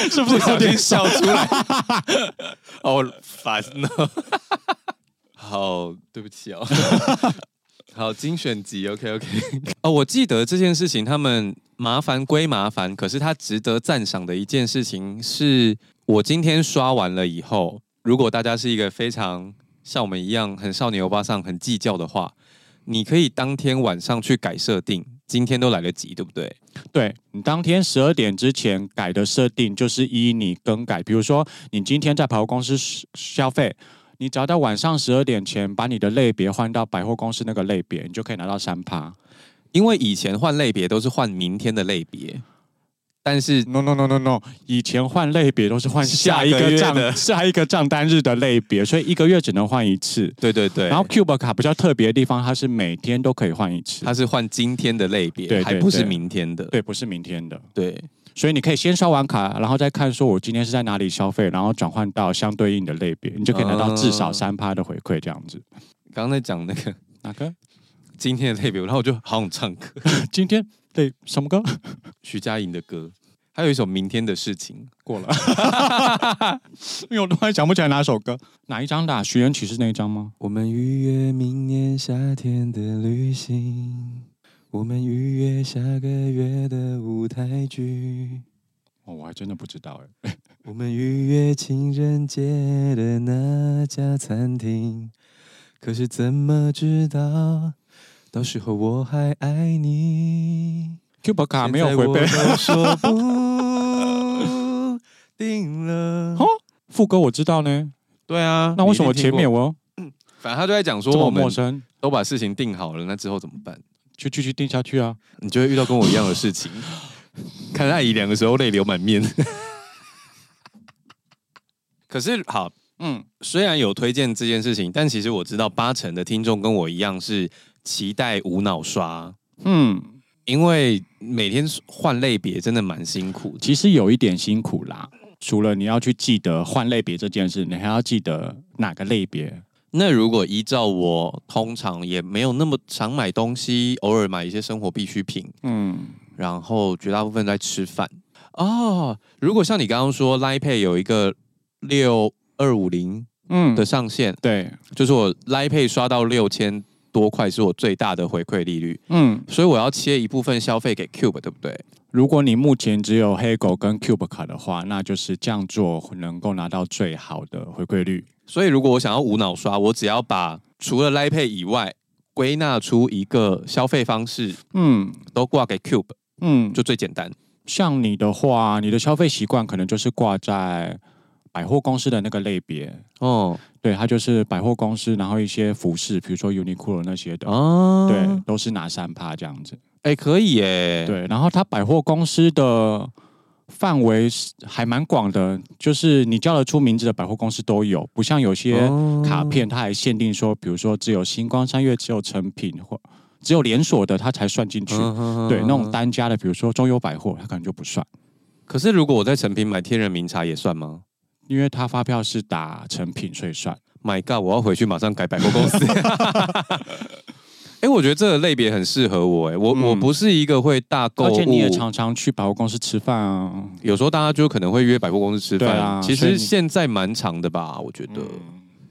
是
不
不是有
小
点
心笑出来， 好烦哦。 好，对不起哦。 好，精选集，OK OK。哦，我记得这件事情，他们麻烦归麻烦，可是他值得赞赏的一件事情是，我今天刷完了以后，如果大家是一个非常像我们一样很少年欧巴桑、很计较的话，你可以当天晚上去改设定，今天都来得及，对不对？
对你当天十二点之前改的设定，就是依你更改。比如说，你今天在百货公司消消费，你只要在晚上十二点前把你的类别换到百货公司那个类别，你就可以拿到三趴。
因为以前换类别都是换明天的类别，但是
No no no no no，以前换类别都是换下一
下个
个
月
账
的
下一个账单日的类别，所以一个月只能换一次。
对对对，
然后 Cube 卡比较特别的地方，它是每天都可以换一次，
它是换今天的类别，
对对
还不是
对
明天的，
对，不是明天的。
对
所以你可以先刷完卡，然后再看说我今天是在哪里消费，然后转换到相对应的类别，你就可以拿到至少
嗯
三趴的回馈，这样子。
刚刚在讲那个
哪个？
今天的类别，然后我就好想唱歌，
今天对什么歌
徐佳莹的歌，还有一首《明天的事情》。
过了？因为我突然想不起来哪首歌，哪一张的、啊？寻人启事那一张吗？
我们预约明年夏天的旅行，我们预约下个月的舞台剧，
哦，我还真的不知道哎。
我们预约情人节的那家餐厅，可是怎么知道到时候我还爱你。
Q 宝卡没有
现在
回
我
背。
都说不定了。
哦 副歌我知道呢，
对啊，
那为什么前
你一定听
面
过？
我
反正他就在讲说
这
我
么
们
陌生？
都把事情定好了，那之后怎么办？
就继续定下去啊！
你就会遇到跟我一样的事 情。看艾姨两个时候泪流满面。可是好，
嗯，
虽然有推荐这件事情，但其实我知道八成的听众跟我一样是期待无脑刷，
嗯，
因为每天换类别真的蛮辛苦的。
其实有一点辛苦啦。除了你要去记得换类别这件事，你还要记得哪个类别。
那如果依照我通常也没有那么常买东西，偶尔买一些生活必需品，
嗯，
然后绝大部分在吃饭哦。如果像你刚刚说 l i Pay 有一个六二五零
嗯
的
对
上限，
对，
就是我 l i Pay 刷到六千多块是我最大的回馈利率，
嗯，
所以我要切一部分消费给 Cube，对不对？
如果你目前只有黑狗跟 Cube 卡的话，那就是这样做能够拿到最好的回馈率。
所以如果我想要无脑刷，我只要把除了 l i Pay 以外归纳出一个消费方式，
嗯
都挂给 Cube，
嗯，
就最简单。
像你的话，你的消费习惯可能就是挂在百货公司的那个类别，
哦
对，它就是百货公司，然后一些服饰，比如说 Uniqlo 那些的，
哦，
对，，都是拿三趴这样子。
哎、可以耶，，
嗯对，然后它百货公司的范围是还蛮广的，就是你叫得出名字的百货公司都有，不像有些
哦嗯
卡片，它还限定说，比如说只有星光三月、只有成品或只有连锁的，它才算
嗯
进去。对，那种单家的，比如说中友百货，它可能就不算，
可是如果我在成品买天人名茶也算吗
因为它发票是打成品，所以算。
？My God！我要回去马上改百货公 司。哎、我觉得这个类别很适合我、哎，我、
嗯
我不是一个会大购物，
而且你也常常去百货公司吃饭啊。
有时候大家就可能会约百货公司吃饭。
对啊
其
所以
实
你嗯
现在蛮长的吧，我觉得。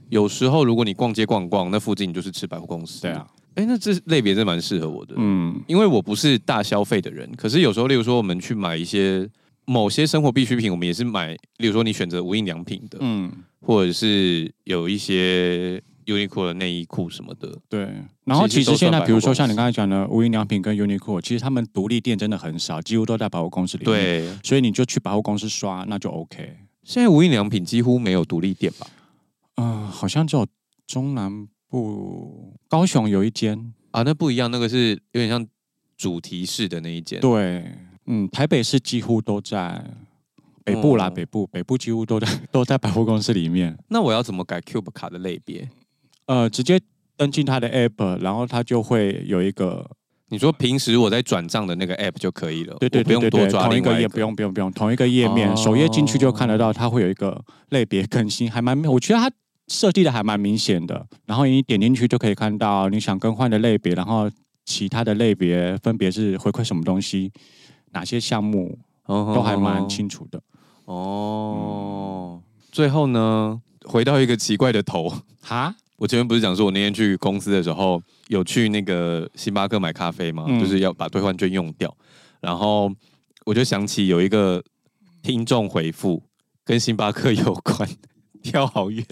有时候如果你逛街逛逛，那附近就是吃百货公司。
对啊，，
哎、那这类别真蛮适合我的。
嗯
因为我不是大消费的人，可是有时候，例如说我们去买一些某些生活必需品，我们也是买，例如说你选择无印良品的，
嗯，
或者是有一些 Uniqlo 的内衣裤什么的。
对。然后其
其实都
实现在，
算
比如
百货
说
公司
像你刚才讲的无印良品跟 Uniqlo，其实他们独立店真的很少，几乎都在百货公司里面。，
对，
所以你就去百货公司刷，那就 OK。
现在无印良品几乎没有独立店吧？
嗯、好像只有中南部高雄有一间，
啊，那不一样，那个是有点像主题式的那一间。
对，嗯，台北市几乎都在。北部啦，
哦
北部，北部几乎都在 都在百货公司里面。
那我要怎么改 Cube 卡的类别？
呃，直接登进他的 app，然后他就会有一个
你说平时我在转账的那个 App 就可以了，
啊对对
我不
对
用
对
多
对，
抓
同
另
个
外一
页
个。哦
不用不用不用，同一个页面，首页进去就看得到，它会有一个类别更新，还蛮，我觉得它设计的还蛮明显的。然后你点进去就可以看到你想更换的类别，然后其他的类别分别是回馈什么东西，哪些项目
都
都还蛮清楚的。
嗯哦。最后呢，回到一个奇怪的头。
哈，
我前面不是讲说，我那天去公司的时候有去那个星巴克买咖啡嘛，
嗯
就是要把兑换券用掉，然后我就想起有一个听众回复跟星巴克有关， 跳好远。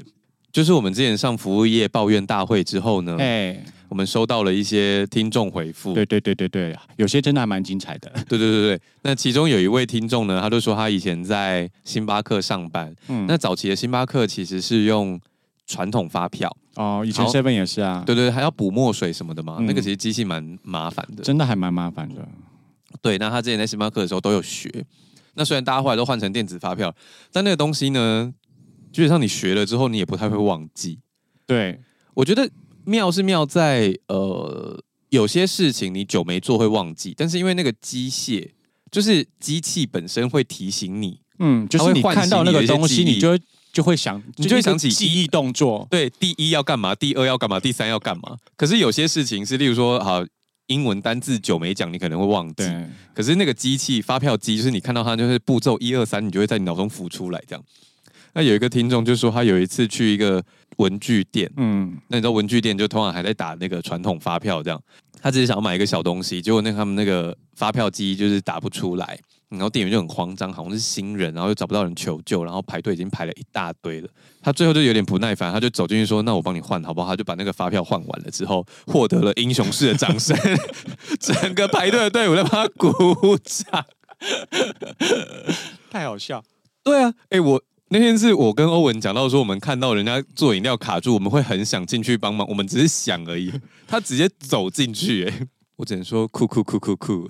就是我们之前上服务业抱怨大会之后呢，
哎，
我们收到了一些听众回复，
对对对对对，有些真的还蛮精彩的。
对对对对，那其中有一位听众呢，他就说他以前在星巴克上班。
嗯，
那早期的星巴克其实是用传统发票，
哦，以前
好
Seven 也是啊，
对对，还要补墨水什么的嘛，
嗯
那个其实机器蛮麻烦的。
真的还蛮麻烦的。
对，那他之前在星巴克的时候都有学。那虽然大家后来都换成电子发票，但那个东西呢，基本上你学了之后，你也不太会忘记。
对，
我觉得妙是妙在呃，有些事情你久没做会忘记，但是因为那个机械，就是机器本身会提醒你。
嗯，就
它
是
会
你
唤
看
醒
到那
你的
个
一些
东
记
西，你
忆
就会就会想，
你就会
那个
想起
记忆动作。
对，第一要干嘛，第二要干嘛，第三要干嘛。可是有些事情是，例如说，好英文单字久没讲，你可能会忘记。
对，
可是那个机器发票机，就是你看到它就是步骤一二三，你就会在你脑中浮出来这样。那有一个听众就说，他有一次去一个文具店，
嗯
那你知道文具店就通常还在打那个传统发票这样，他只是想要买一个小东西，结果那他们那个发票机就是打不出来，然后店员就很慌张，好像是新人，然后又找不到人求救，然后排队已经排了一大堆了。他最后就有点不耐烦，他就走进去说：“那我帮你换好不好？”他就把那个发票换完了之后，获得了英雄式的掌声， 整个排队的队伍在帮他鼓掌。
太好笑。
对啊，哎、我那天是我跟欧文讲到说，我们看到人家做饮料卡住，我们会很想进去帮忙，我们只是想而已。他直接走进去、哎，我只能说酷酷酷酷酷。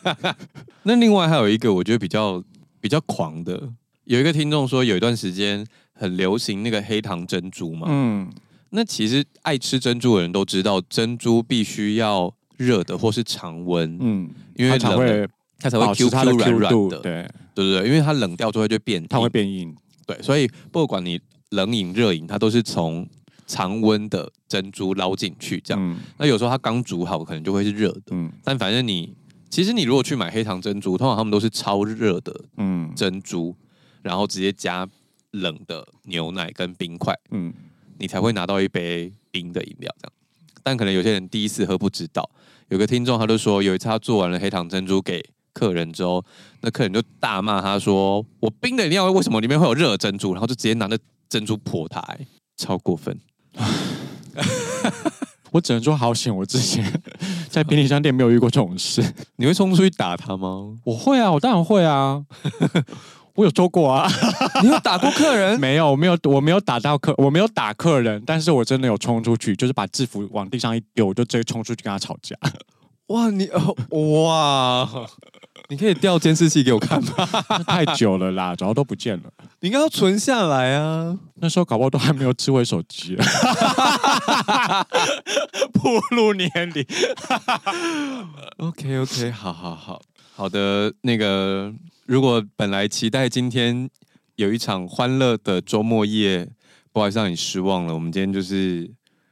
那另外还有一个，我觉得比较比较狂的，有一个听众说，有一段时间很流行那个黑糖珍珠嘛，
嗯，
那其实爱吃珍珠的人都知道，珍珠必须要热的或是常温，
嗯，
因为
它才
冷了
会
它才会
保
Q
持
Q
它的
软
Q
软
度，
的，
对，
对对对，因为它冷掉之后就变
它
硬
会变硬。
对，所以不管你冷饮、热饮，它都是从常温的珍珠捞进去这样。
嗯
那有时候它刚煮好，可能就会是热的。
嗯
但反正你其实你如果去买黑糖珍珠，通常他们都是超热的
嗯
珍珠，然后直接加冷的牛奶跟冰块，
嗯，
你才会拿到一杯冰的饮料这样。但可能有些人第一次喝不知道，有个听众他就说，有一次他做完了黑糖珍珠给客人之后，那客人就大骂他说：“我冰的饮料为什么里面会有热珍珠？”然后就直接拿那珍珠泼他、欸超过分。
我只能说好险，我之前 在便利商店没有遇过这种事。？
你会冲出去打他吗
我会啊，我当然 会啊，我有做过啊。
你有打过客人？
没有，没有，我没有打到客，我没有打客人，但是我真的有冲出去，就是把制服往地上一丢，我就直接冲出去跟他吵 架。
哇，你哦哇， 你可以调监视器给我看吗？
太久了啦，然后都不见了。
你应该要存下来啊！
那时候搞不好都还没有智慧手 机，步入年龄。
OK OK，好好好好的那个，如果本来期待今天有一场欢乐的周末夜，不好意思让你失望了。我们今天就是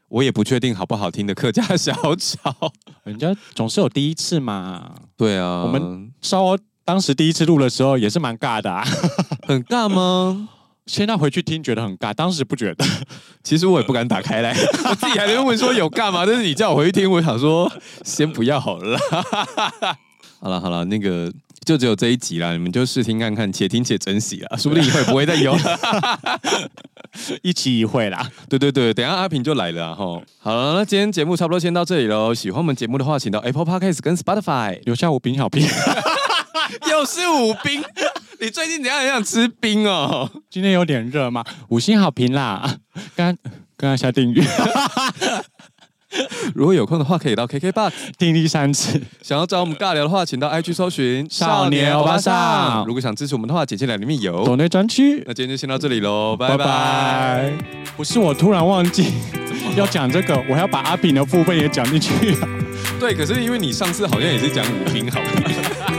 我也不确定好不好听的客家小炒。
人家总是有第一次嘛。
对啊，
我们稍当时第一次录的时候也是蛮尬的、啊，
很尬吗？
现在回去听觉得很尬，当时不觉得。
其实我也不敢打开来，我自己还在问说有尬吗？但是你叫我回去听，我想说先不要好了 啦。好了好了，那个就只有这一集啦，你们就试听看看，且听且珍惜啦，说不定以后也不会再有。
一期一会啦，
对对对，等一下阿平就来了哈、好了，那今天节目差不多先到这里喽。喜欢我们节目的话，请到 Apple Podcast 跟 Spotify。
留下五评小评。
又是五冰， 你最近怎样很想吃冰哦？
今天有点热嘛，五星好评啦， 刚刚下订阅，
如果有空的话，可以到 KKBox。
听第三次。
想要找我们尬聊的话，请到 IG 搜寻
少年欧巴桑
如果想支持我们的话，简介栏里面有。
抖内专区，
那今天就先到这里喽，
哦拜
拜拜
拜。不是我突然忘记要讲这个，我还要把阿炳的部分也讲进去。
对，可是因为你上次好像也是讲五冰好了。